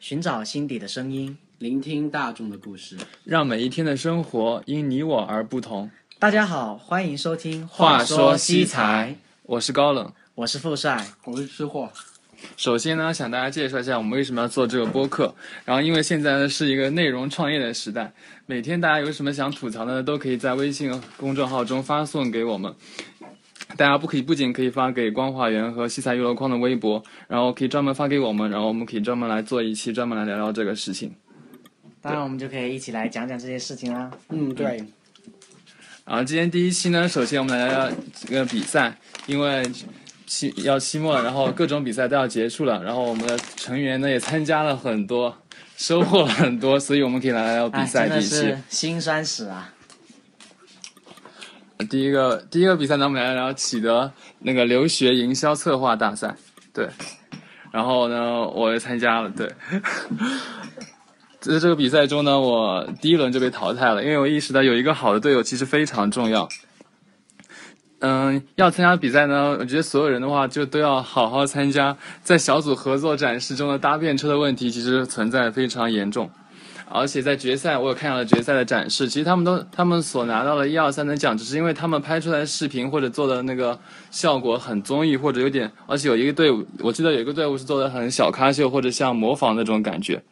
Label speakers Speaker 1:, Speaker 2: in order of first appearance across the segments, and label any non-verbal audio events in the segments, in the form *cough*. Speaker 1: 寻找心底的声音。
Speaker 2: 聆听大众的故事。
Speaker 3: 让每一天的生活因你我而不同。
Speaker 1: 大家好，欢迎收听。
Speaker 3: 话说西财，我是高冷。
Speaker 1: 我是富帅。
Speaker 2: 我是吃货，
Speaker 3: 首先呢，想大家介绍一下我们为什么要做这个播客。然后，因为现在呢是一个内容创业的时代，每天大家有什么想吐槽的，都可以在微信公众号中发送给我们。大家不可以不仅可以发给光化园和西财娱乐框的微博，然后可以专门发给我们，然后我们可以专门来做一期，专门来聊聊这个事情。
Speaker 1: 当然，我们就可以一起来讲讲这些事情啦。
Speaker 2: 嗯，对，
Speaker 3: 啊，今天第一期呢，首先我们来聊聊这个比赛，因为期要期末了，然后各种比赛都要结束了，然后我们的成员呢也参加了很多，收获了很多，所以我们可以来聊比
Speaker 1: 哎，
Speaker 3: 赛
Speaker 1: 真
Speaker 3: 第
Speaker 1: 的
Speaker 3: 一期
Speaker 1: 是。辛酸史啊！
Speaker 3: 第一个第一个比赛呢，我们来聊聊启德那个留学营销策划大赛，对，然后呢，我也参加了，对。 *laughs* 在这个比赛中呢，我第一轮就被淘汰了，因为我意识到有一个好的队友其实非常重要。嗯，要参加比赛呢，我觉得所有人的话就都要好好参加。在小组合作展示中的搭便车的问题，其实存在非常严重。而且在决赛，我有看到了决赛的展示，其实他们都他们所拿到的一二三等奖，只是因为他们拍出来的视频或者做的那个效果很综艺，或者有点，而且有一个队伍，我记得有一个队伍是做的很小咖秀，或者像模仿那种感觉。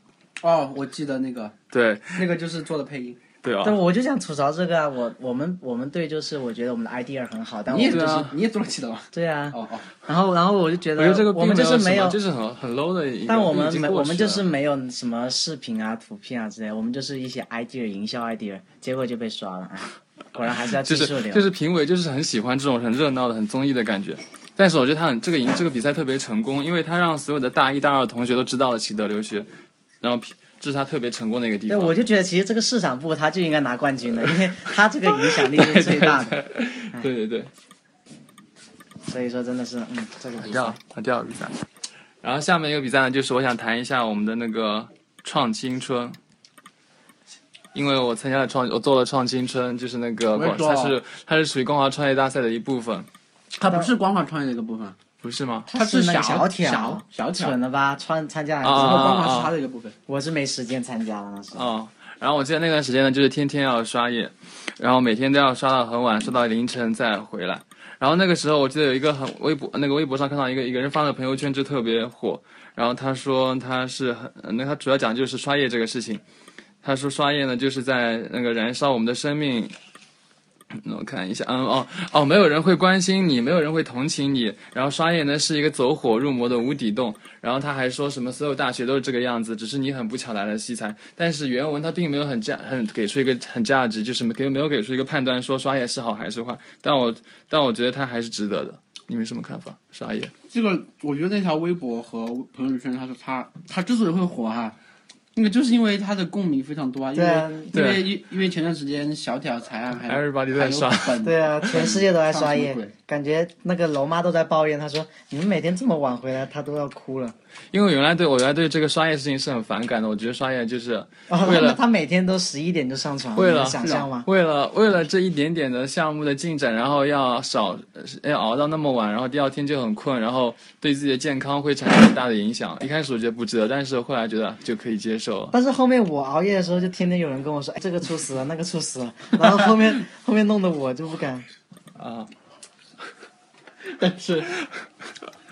Speaker 2: 哦，我记得那个， *laughs*
Speaker 3: 对
Speaker 2: 那个就是做的配音。
Speaker 3: 对啊
Speaker 1: 对，，我就想吐槽这个啊。我我们我们队就是，我觉得我们的 idea 很好，但我
Speaker 2: 你也
Speaker 1: 们
Speaker 2: 就
Speaker 3: 对
Speaker 2: 是
Speaker 3: 啊，
Speaker 2: 你也做了记得吗？
Speaker 1: 对啊。
Speaker 2: 哦哦，
Speaker 1: 然后然后我就觉
Speaker 3: 我觉
Speaker 1: 得
Speaker 3: 得这个
Speaker 1: 呃我
Speaker 3: 并
Speaker 1: 们就是
Speaker 3: 什么
Speaker 1: 没有，
Speaker 3: 就是很很 low 的一个。
Speaker 1: 但我
Speaker 3: 已
Speaker 1: 们
Speaker 3: 经
Speaker 1: 没
Speaker 3: 过
Speaker 1: 我
Speaker 3: 时
Speaker 1: 们就
Speaker 3: 了
Speaker 1: 是没有什么视频啊、图片啊之类的，我们就是一些 idea 营销 idea，结果就被刷了。哎，果然还是要技
Speaker 3: 就
Speaker 1: 术
Speaker 3: 是
Speaker 1: 流。
Speaker 3: 就是评委就是很喜欢这种很热闹的、很综艺的感觉。但是我觉得他很这个赢这个比赛特别成功，因为他让所有的大一、大二同学都知道了启德留学，然后这是他特别成功的一个地
Speaker 1: 对，
Speaker 3: 方。
Speaker 1: 我就觉得其实这个市场部他就应该拿冠军的，因为他这个影响力是最大的。
Speaker 3: 对对对，
Speaker 1: 所以说真的是，嗯，这个比
Speaker 3: 第
Speaker 1: 赛
Speaker 3: 二第二个比赛。然后下面一个比赛呢，就是我想谈一下我们的那个创青春，因为我参加了创，我做了创青春，就是那个
Speaker 2: 我也
Speaker 3: 广，
Speaker 2: 做
Speaker 3: 它
Speaker 2: 了
Speaker 3: 是它是属于光华创业大赛的一部分，
Speaker 2: 它不是光华创业的一个部分，
Speaker 3: 不是吗？
Speaker 2: 它是
Speaker 1: 那个
Speaker 2: 小
Speaker 1: 挑，
Speaker 2: 小小挑
Speaker 1: 蠢了吧？参参加还
Speaker 3: 啊
Speaker 2: 然
Speaker 1: 是
Speaker 2: 后光华是它的一个部分。
Speaker 1: 我是没时间参加了，那时候。
Speaker 3: 哦，然后我记得那段时间呢，就是天天要刷夜，然后每天都要刷到很晚，刷到凌晨再回来。然后那个时候，我记得有一个很微博，那个微博上看到一个一个人发的朋友圈，就特别火。然后他说他是很，那他主要讲就是刷夜这个事情。他说刷夜呢，就是在那个燃烧我们的生命。那我看一下，嗯哦哦，没有人会关心你，没有人会同情你。然后刷夜呢是一个走火入魔的无底洞。然后他还说什么所有大学都是这个样子，只是你很不巧来了西财。但是原文他并没有很价很给出一个很价值，就是没给没有给出一个判断说刷夜是好还是坏。但我但我觉得他还是值得的。你们什么看法？刷夜？
Speaker 2: 这个我觉得那条微博和朋友圈，它是它它之所以会火哈、那个就是因为它的共鸣非常多啊，因
Speaker 1: 对啊
Speaker 2: 为因
Speaker 3: 对
Speaker 2: 为因因为前段时间小挑才啊，还有
Speaker 3: Everybody
Speaker 2: 还
Speaker 3: 在刷
Speaker 2: 有 *laughs* 本
Speaker 1: 对啊，全世界都在刷
Speaker 2: 上什么
Speaker 1: 夜
Speaker 2: 鬼，
Speaker 1: 感觉那个楼妈都在抱怨，她说你们每天这么晚回来，她都要哭了。
Speaker 3: 因为原来对我原来对这个刷夜事情是很反感的，我觉得刷夜就是
Speaker 1: 哦
Speaker 3: 为了
Speaker 1: 那她每天都十一点就上床，
Speaker 3: 为了
Speaker 1: 你能想象吗？
Speaker 3: 为了为了这一点点的项目的进展，然后要少呃要熬到那么晚，然后第二天就很困，然后对自己的健康会产生很大的影响。一开始我觉得不值得，但是后来觉得就可以接受了。
Speaker 1: 但是后面我熬夜的时候，就天天有人跟我说，哎，这个猝死了，那个猝死了，然后后面后面弄得我就不敢。
Speaker 3: 啊，
Speaker 2: 但是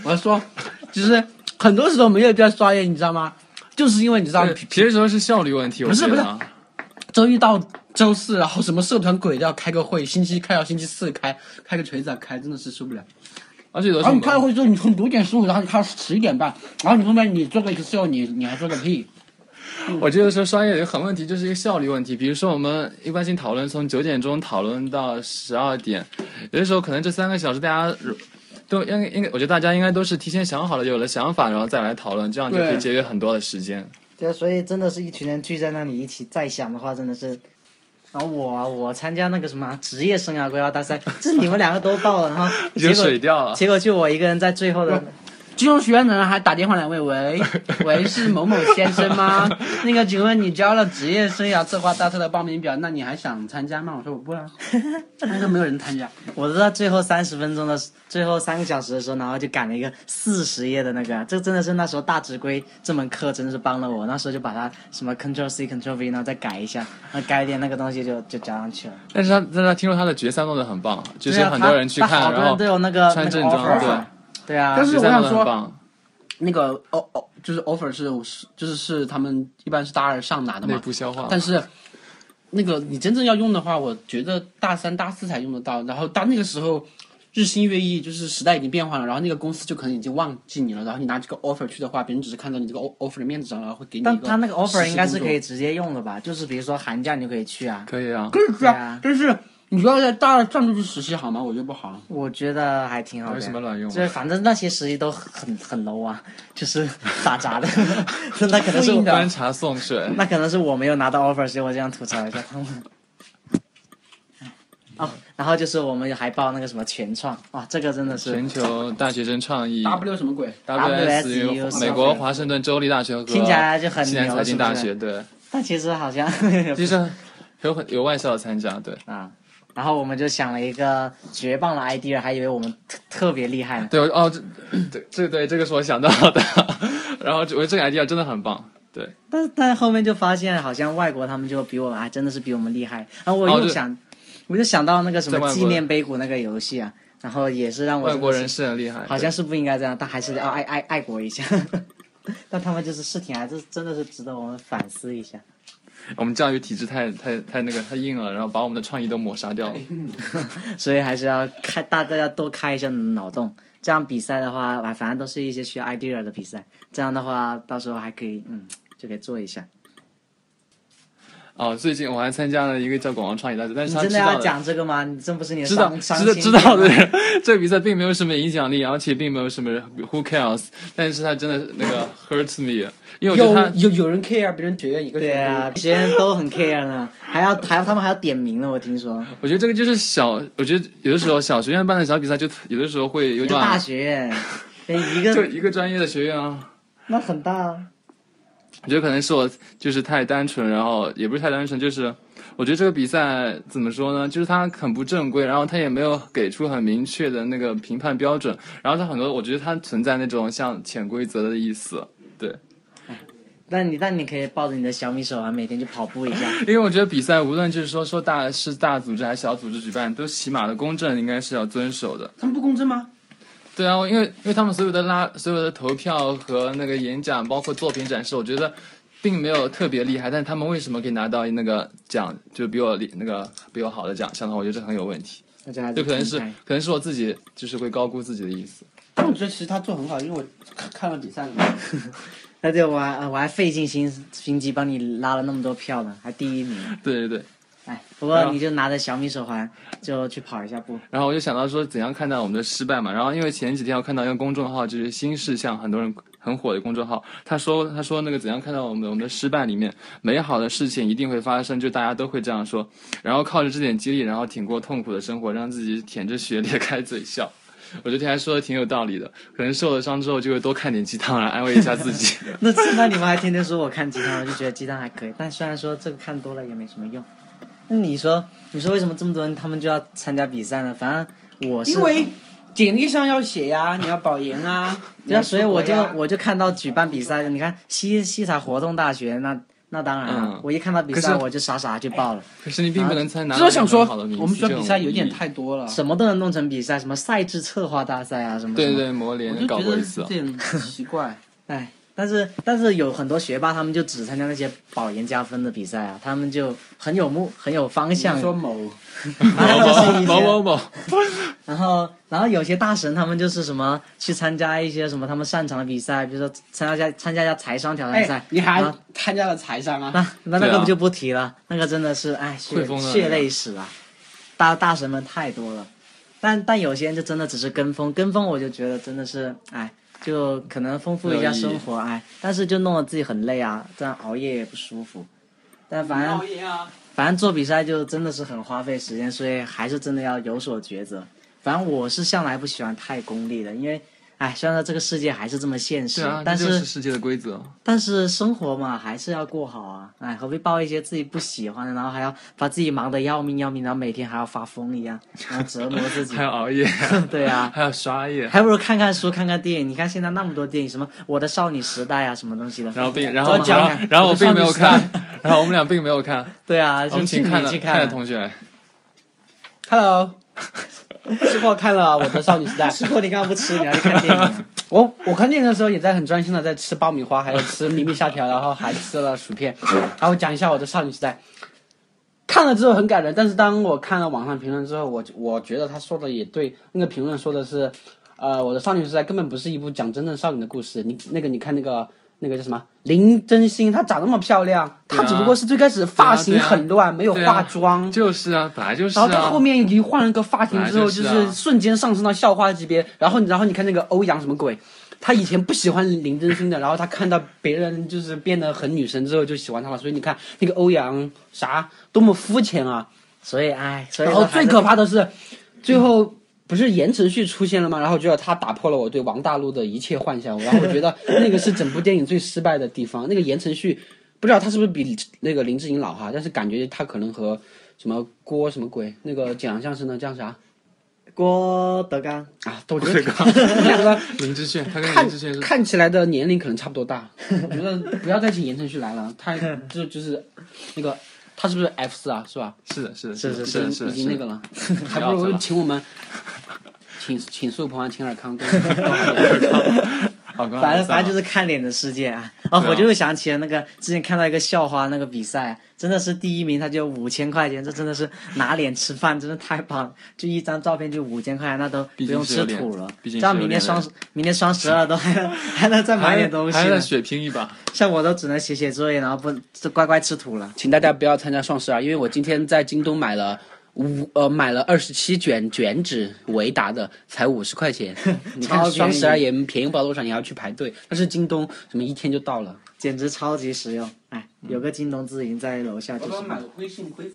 Speaker 2: 我要说，其实很多时候没有必要刷夜，你知道吗？就是因为你知道
Speaker 3: 对，呃其实说是效率问题，我
Speaker 2: 不是
Speaker 3: 觉
Speaker 2: 不
Speaker 3: 得
Speaker 2: 是
Speaker 3: 啊
Speaker 2: 周一到周四，然后什么社团鬼都要开个会，星期开到星期四开，开个锤子啊开，真的是受不了。
Speaker 3: 而且有的时
Speaker 2: 然后
Speaker 3: 候我
Speaker 2: 你开
Speaker 3: 们
Speaker 2: 会之后，你从九点十五，然后你开到十一点半，然后你后面你做个 Excel，你你还做个屁？
Speaker 3: 我觉得说刷夜有一个很问题，就是一个效率问题。比如说我们一般性讨论从九点钟讨论到十二点，有的时候可能这三个小时大家如都应该应该，我觉得大家应该都是提前想好了，有了想法然后再来讨论，这样就可以
Speaker 2: 对
Speaker 3: 节约很多的时间。
Speaker 1: 对，所以真的是一群人聚在那里一起再想的话，真的是。然后我啊我参加那个什么职业
Speaker 3: *laughs*
Speaker 1: 生涯规划大赛，这你们两个都报了，然后结
Speaker 3: 就
Speaker 1: 果
Speaker 3: 水掉了。
Speaker 1: 结果就我一个人在最后的
Speaker 2: *laughs* 金融学院的人还打电话来问，喂 *laughs* 喂，是某某先生吗？ *laughs* 那个，请问你交了职业生涯策划大赛的报名表，那你还想参加吗？我说我 *laughs* 不了，啊那都没有人参加。
Speaker 1: 我知道最后三十分钟的最后三个小时的时候，然后就赶了一个四十页的那个，啊这真的是那时候大指挥这门课真的是帮了我。那时候就把它什么 Control C Control V，然后再改一下，然后改一点那个东西就就交上去了。
Speaker 3: 但是他但是他听说他的决赛弄得很棒，就是
Speaker 1: 对啊
Speaker 3: 很多人去
Speaker 1: 他他
Speaker 3: 看，
Speaker 1: 好多
Speaker 3: 然
Speaker 1: 人
Speaker 3: 后
Speaker 1: 都有那个那
Speaker 3: 穿
Speaker 1: 个
Speaker 3: 正装，
Speaker 1: offer
Speaker 3: 对，
Speaker 1: 对啊，
Speaker 2: 但是
Speaker 3: 决
Speaker 2: 我
Speaker 3: 赛
Speaker 2: 想
Speaker 3: 弄得很
Speaker 2: 说，
Speaker 3: 棒。
Speaker 2: 那个哦哦，就是 offer 是是就是是他们一般是大二上拿的
Speaker 3: 内
Speaker 2: 嘛，
Speaker 3: 部消化，
Speaker 2: 但是那个你真正要用的话，我觉得大三大四才用得到。然后到那个时候，日新月异，就是时代已经变化了，然后那个公司就可能已经忘记你了。然后你拿这个 offer 去的话，别人只是看到你这个 o- offer 的面子上，然后会给你一
Speaker 1: 但
Speaker 2: 个。
Speaker 1: 他那个 offer 应该是可以。直接用的吧？就是比如说寒假你就可以去啊。
Speaker 3: 可以啊。
Speaker 2: 可以去
Speaker 1: 对啊
Speaker 2: 啊，但是你要在大二上就去实习好吗？我觉得不好。
Speaker 1: 我觉得还挺好的。
Speaker 3: 有什么卵用啊
Speaker 1: 就是反正那些实习都很很 low 啊，就是打杂
Speaker 3: *laughs*
Speaker 1: 的。那可能是
Speaker 2: 复印
Speaker 1: 我
Speaker 2: 的
Speaker 3: 端茶送 *laughs* 水，
Speaker 1: 那可能是我没有拿到 offer，所以我这样吐槽一
Speaker 3: *laughs*
Speaker 1: 下他们。哦，然后就是我们还报那个什么全创，哇，这个真的是
Speaker 3: 全球大学生创意
Speaker 2: W 什么鬼？
Speaker 1: WSU
Speaker 3: 美国华盛顿州立大学和
Speaker 1: 听起来就很
Speaker 3: 西南
Speaker 1: 牛
Speaker 3: 财经大
Speaker 1: 是
Speaker 3: 学，对，
Speaker 1: 但其实好像
Speaker 3: *laughs* 其实有很有外校参加，对，
Speaker 1: *laughs* 啊。然后我们就想了一个绝棒的 idea，还以为我们特特别厉害呢。
Speaker 3: 对，我哦，这对，这对这个是我想到的， *laughs* 然后我觉得这个 idea 真的很棒，对，
Speaker 1: 但但后面就发现，好像外国他们就比我们还真的是比我们厉害。然后我
Speaker 3: 哦
Speaker 1: 又
Speaker 3: 对
Speaker 1: 想，我就想到那个什
Speaker 3: 在外
Speaker 1: 么
Speaker 3: 国
Speaker 1: 纪念碑谷那个游戏啊，然后也是让我
Speaker 3: 外国
Speaker 1: 真的
Speaker 3: 人
Speaker 1: 是
Speaker 3: 是很厉害，
Speaker 1: 好像是不应该这样，但还是要爱爱爱国一下。 *laughs* 但他们就是事情还是真的是值得我们反思一下。
Speaker 3: 对我们教育体制太太太那个太硬了，然后把我们的创意都抹杀掉了，
Speaker 1: 所以还是要开大家要多开一下脑洞。这样比赛的话，啊，反正都是一些需要 idea 的比赛。这样的话，到时候还可以，嗯，就可以做一下。
Speaker 3: 哦，最近我还参加了一个叫广告创意大赛，但
Speaker 1: 你
Speaker 3: 是他
Speaker 1: 真
Speaker 3: 知
Speaker 1: 的
Speaker 3: 道
Speaker 1: 要
Speaker 3: 的
Speaker 1: 讲这个吗？你这不是你的
Speaker 3: 知道
Speaker 1: 伤伤
Speaker 3: 知道
Speaker 1: 心
Speaker 3: 知
Speaker 1: 点
Speaker 3: 道
Speaker 1: 吗
Speaker 3: 的人， *laughs* 这个比赛并没有什么影响力，而且并没有什么 who cares，但是他真的
Speaker 1: *laughs*
Speaker 3: 那个 hurts me，因为我觉得
Speaker 2: 有
Speaker 3: 他
Speaker 2: 有有人 care 别人学院一个学
Speaker 1: 对
Speaker 2: 院
Speaker 1: 啊，别人都很 care 呢， *laughs* 还要还要他们还要点名呢，我听说。
Speaker 3: 我觉得这个就是小，我觉得有的时候小学院办的小比赛，就有的时候会有
Speaker 1: 一
Speaker 3: 点
Speaker 1: 个大学，
Speaker 3: *laughs*
Speaker 1: 哎一
Speaker 3: 啊就
Speaker 1: 个
Speaker 3: 一个专业的学院啊。
Speaker 1: 那很大啊。
Speaker 3: 我觉得可能是我就是太单纯，然后也不是太单纯，就是我觉得这个比赛怎么说呢？就是它很不正规，然后它也没有给出很明确的那个评判标准，然后它很多我觉得它存在那种像潜规则的意思。
Speaker 1: 但你但你可以抱着你的小米手环，每天去跑步
Speaker 3: *laughs*
Speaker 1: 一下。
Speaker 3: 因为我觉得比赛无论就是说说大是大组织还是小组织举办，都起码的公正应该是要遵守的。
Speaker 2: 他们不公正吗？
Speaker 3: 对啊，因为因为他们所有的拉所有的投票和那个演讲，包括作品展示，我觉得并没有特别厉害，但是他们为什么可以拿到那个奖，就比我厉那个比我好的奖项的话，我觉得这很有问题。
Speaker 1: 大家
Speaker 3: 就可能是
Speaker 1: 平台
Speaker 3: 可能是我自己就是会高估自己的意思。
Speaker 2: 但我觉得其实他做很好，因为我看看了比赛嘛。
Speaker 1: 而且我还我还费尽心心机帮你拉了那么多票呢，还第一名。
Speaker 3: 对对对，啊
Speaker 1: 哎，不过你就拿着小米手环就去跑一下
Speaker 3: *laughs*
Speaker 1: 步。
Speaker 3: 然后我就想到说怎样看待我们的失败嘛。然后因为前几天我看到一个公众号，就是新事项，很多人很火的公众号，他说他说那个怎样看到我们的我们的失败里面，美好的事情一定会发生，就大家都会这样说。然后靠着这点激励，然后挺过痛苦的生活，让自己舔着血裂开嘴笑。我觉得还说的挺有道理的，可能受了伤之后就会多看点鸡汤来安慰一下自己。
Speaker 1: 那那你们还天天说我看鸡汤，我就觉得鸡汤还可以，但虽然说这个看多了也没什么用。那你说，你说为什么这么多人他们就要参加比赛呢？反正我是
Speaker 2: 因为简历上要写呀、你要保研 *laughs* 啊，
Speaker 1: 对啊，所以我就
Speaker 2: 我。
Speaker 1: 我就看到举办比赛，你看西西财活动大学那那当然啊
Speaker 3: 嗯
Speaker 1: 我一看到比
Speaker 3: 可
Speaker 1: 赛
Speaker 3: 是
Speaker 1: 我就傻傻去报了，
Speaker 3: 可是你并不能参拿
Speaker 2: 只
Speaker 3: 到
Speaker 2: 是
Speaker 3: 一
Speaker 2: 想
Speaker 3: 个很
Speaker 2: 说
Speaker 3: 好的名，次。
Speaker 2: 我们学校比赛
Speaker 3: 这种
Speaker 2: 有
Speaker 3: 意
Speaker 2: 点
Speaker 3: 义
Speaker 2: 太多
Speaker 3: 哎
Speaker 2: 了。
Speaker 1: 什么都能弄成比赛，什么赛制策划大赛啊什么什么。
Speaker 3: 对对，磨
Speaker 2: 我
Speaker 3: 联
Speaker 2: 就
Speaker 3: 搞
Speaker 2: 觉
Speaker 3: 过
Speaker 2: 得
Speaker 3: 一次啊
Speaker 2: 这。点
Speaker 1: *laughs*
Speaker 2: 奇怪。
Speaker 1: 哎，但是但是有很多学霸，他们就只参加那些保研加分的比赛啊，他们就很有目很有方向
Speaker 2: 像。说某
Speaker 1: 然后是一些
Speaker 3: 某某某，
Speaker 1: 然后然后有些大神他们就是什么去参加一些什么他们擅长的比赛，比如说参加一下参加一下财商挑
Speaker 3: 哎
Speaker 1: 战赛，
Speaker 2: 哎你还
Speaker 1: 啊
Speaker 2: 参加了财商啊？
Speaker 1: 那那那
Speaker 3: 对啊
Speaker 1: 个就不提了，那个真的是哎血
Speaker 3: 会疯的哎
Speaker 1: 血泪史啊，大大神们太多了，但但有些人就真的只是跟风，跟风我就觉得真的是哎，就可能丰富一下生活哎，但是就弄得自己很累啊，这样熬夜也不舒服。但反正
Speaker 2: 啊！
Speaker 1: 反正做比赛就真的是很花费时间，所以还是真的要有所抉择。反正我是向来不喜欢太功利的，因为哎，虽然说这个世界还是这么现实，
Speaker 3: 对啊，
Speaker 1: 但
Speaker 3: 这就是世界的规则。
Speaker 1: 但是生活嘛，还是要过好啊！哎，何必报一些自己不喜欢的，然后还要把自己忙得要命要命，然后每天还要发疯一样，然后折磨自己
Speaker 3: 还。要熬夜，
Speaker 1: 对啊，
Speaker 3: 还要刷夜，
Speaker 1: 还不如看看书、看看电影。你看现在那么多电影，什么《我的少女时代》啊，什么东西的。
Speaker 3: 然后并然后
Speaker 1: 多讲
Speaker 3: 然后
Speaker 1: 讲
Speaker 3: 然后我并没有
Speaker 2: 我
Speaker 3: 看，然后我们俩并没有看，
Speaker 1: 对啊，
Speaker 3: 我
Speaker 1: 就
Speaker 3: 们
Speaker 1: 去
Speaker 3: 哦请看
Speaker 1: 你
Speaker 3: 了
Speaker 1: 去
Speaker 3: 看
Speaker 1: 看
Speaker 3: 了。同学，
Speaker 2: Hello，吃货看了我的少女时代。
Speaker 1: 如果你刚刚不吃，你要去看电影
Speaker 3: *laughs*
Speaker 1: 啊。
Speaker 2: 我我看电影的时候也在很专心的在吃爆米花，还有吃咪咪虾条，然后还吃了薯
Speaker 3: *laughs*
Speaker 2: 片。然后讲一下我的少女时代，看了之后很感人，但是当我看了网上评论之后，我我觉得他说的也对，那个评论说的是，呃，我的少女时代根本不是一部讲真正少女的故事。你那个你看那个那个叫什么林真心，她长那么漂亮，
Speaker 3: 对啊
Speaker 2: 她只不过是最开始发型很乱，没有
Speaker 3: 对啊
Speaker 2: 化妆，
Speaker 3: 就是啊，本来就是
Speaker 2: 然后他后
Speaker 3: 啊，
Speaker 2: 面已经换了个发型之后，
Speaker 3: 本来
Speaker 2: 就
Speaker 3: 就是啊
Speaker 2: 是瞬间上升到校花级别。然后，然后你看那个欧阳什么鬼，他以前不喜欢林真心的，然后他看到别人就是变得很女神之后就喜欢她了。所以你看那个欧阳啥多么肤浅啊！
Speaker 1: 所以，哎，所以
Speaker 2: 然
Speaker 1: 说
Speaker 3: 哦
Speaker 2: 后
Speaker 1: 还
Speaker 2: 最
Speaker 1: 是
Speaker 2: 可怕的是，最后不是言承旭出现了吗？然后觉得他打破了我对王大陆的一切幻想，然后我觉得那个是整部电影最失败的地方。那个言承旭不知道他是不是比李那个林志颖老哈，但是感觉他可能和什么郭什么鬼那个讲相声的叫啥
Speaker 1: 郭德纲，
Speaker 2: 啊？都觉得 *laughs* 两个
Speaker 3: 林志炫，他跟
Speaker 2: 看
Speaker 3: 林志炫是
Speaker 2: 看起来的年龄可能差不多大，我觉得不要再请言承旭来了，他就就是那个他是不是 F 四啊？是吧？
Speaker 3: 是的，是的，
Speaker 1: 是
Speaker 3: 的，
Speaker 1: 是
Speaker 3: 是的，
Speaker 2: 已
Speaker 3: 是
Speaker 2: 经那
Speaker 3: 的
Speaker 2: 个，
Speaker 3: 是的
Speaker 2: 了，还不
Speaker 3: 不要
Speaker 2: 如
Speaker 3: 了
Speaker 2: 请我们，请请苏鹏啊，请尔康都 *laughs*
Speaker 3: 好，刚
Speaker 1: 反
Speaker 3: 刚
Speaker 1: 正反正
Speaker 3: 是
Speaker 1: 就是看脸的世界啊！哦，
Speaker 3: 嗯对啊
Speaker 1: 我就想起了那个之前看到一个校花那个比赛，真的是第一名他就五千块钱，这真的是拿脸吃饭，真的太棒了！就一张照片就五千块，那都不
Speaker 3: 毕竟
Speaker 1: 用
Speaker 3: 是
Speaker 1: 吃
Speaker 3: 有脸
Speaker 1: 土了。
Speaker 3: 毕竟
Speaker 1: 这样
Speaker 3: 是有
Speaker 1: 明年
Speaker 3: 脸的
Speaker 1: 双十明年双十二都还 *laughs* 能还能再买
Speaker 3: 还
Speaker 1: 点东西
Speaker 3: 还
Speaker 1: 呢
Speaker 3: 在，血拼一把，
Speaker 1: 像我都只能写写作业，然后不就乖乖吃土了。
Speaker 2: 请大家不要参加双十二，因为我今天在京东买了五呃买了二十七卷卷纸维达的，才五十块 *laughs* 钱。你
Speaker 1: 超
Speaker 2: 看
Speaker 1: 便宜
Speaker 2: 双十二也便宜不到多少，你还要去排队，但是京东什么一天就到了。
Speaker 1: 简直超级实用！哎，
Speaker 3: 嗯
Speaker 1: 有个京东自营在楼下就是嘛。
Speaker 2: 微信亏。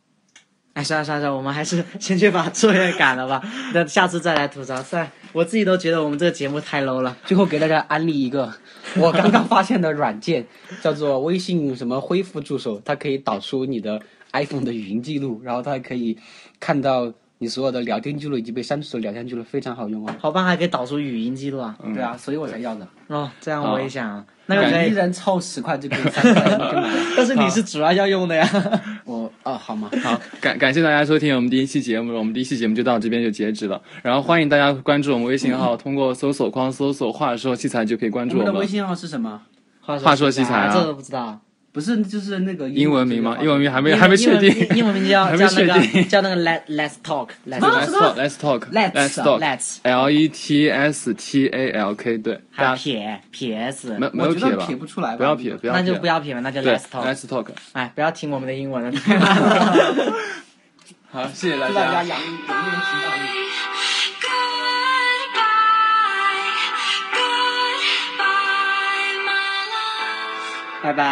Speaker 1: 哎，算了算了，算了，我们还是先去把作业赶了吧，那下次再来吐槽。算，我自己都觉得我们这个节目太 low 了。
Speaker 2: 最后给大家安利一 *laughs* 个我刚刚发现的软件，叫做微信什么恢复助手，它可以导出你的 iPhone 的语音记录，然后它还可以看到你所有的聊天记录以及被删除的聊天记录，非常好用哦。
Speaker 1: 好吧，还可以导出语音记录啊。
Speaker 3: 嗯
Speaker 2: 对啊，所以我才要的。
Speaker 1: 哦，这样我也想啊，那个可
Speaker 2: 你一
Speaker 1: 以，
Speaker 2: 人凑十块就可以三块就买 *laughs* 了。
Speaker 1: 但是你是主要要用的呀。
Speaker 2: 我 *laughs* 哦，好吗？
Speaker 3: 好，感感谢大家收听我们第一期节目了，我们第一期节目就到这边就截止了。然后欢迎大家关注我们微信号，通过搜索框搜索“话说器材”就可以关
Speaker 2: 我
Speaker 3: 注
Speaker 2: 们的
Speaker 3: 我
Speaker 2: 微
Speaker 3: 们。
Speaker 2: 信号是什么？
Speaker 1: 话
Speaker 3: 话说奇才啊
Speaker 1: 这都不知道。
Speaker 2: 不是，就是那个
Speaker 3: 英文名吗？英文名还没
Speaker 1: 英文
Speaker 3: 还没确定
Speaker 1: 英文 *laughs* 名英文名字叫叫
Speaker 3: *laughs* 还没
Speaker 1: 那
Speaker 3: 确定
Speaker 1: 个叫那个 let let's talk let's talk
Speaker 3: Let's talk, let's talk,
Speaker 1: Let's
Speaker 3: let's
Speaker 1: 啊
Speaker 3: talk,
Speaker 1: let's
Speaker 3: L E T S T A L K，对，
Speaker 1: 还
Speaker 3: 大
Speaker 1: 有
Speaker 3: 家
Speaker 1: 撇撇 s，
Speaker 3: 没没
Speaker 2: 我
Speaker 3: 有
Speaker 2: 觉得
Speaker 3: 撇吧？
Speaker 2: 撇不出来吧
Speaker 3: 不要撇，不要
Speaker 1: 那
Speaker 3: 撇，
Speaker 1: 就不要撇了，那就
Speaker 3: 对
Speaker 1: let's talk。
Speaker 3: ，Let's talk。
Speaker 1: 哎，不要听我们的英文了，
Speaker 3: *laughs*
Speaker 1: 太烂了。
Speaker 3: 好，谢谢大
Speaker 2: 祝大家
Speaker 3: 家。
Speaker 2: 洋洋洋情到你。
Speaker 4: Goodbye, goodbye, my love.
Speaker 1: 拜拜。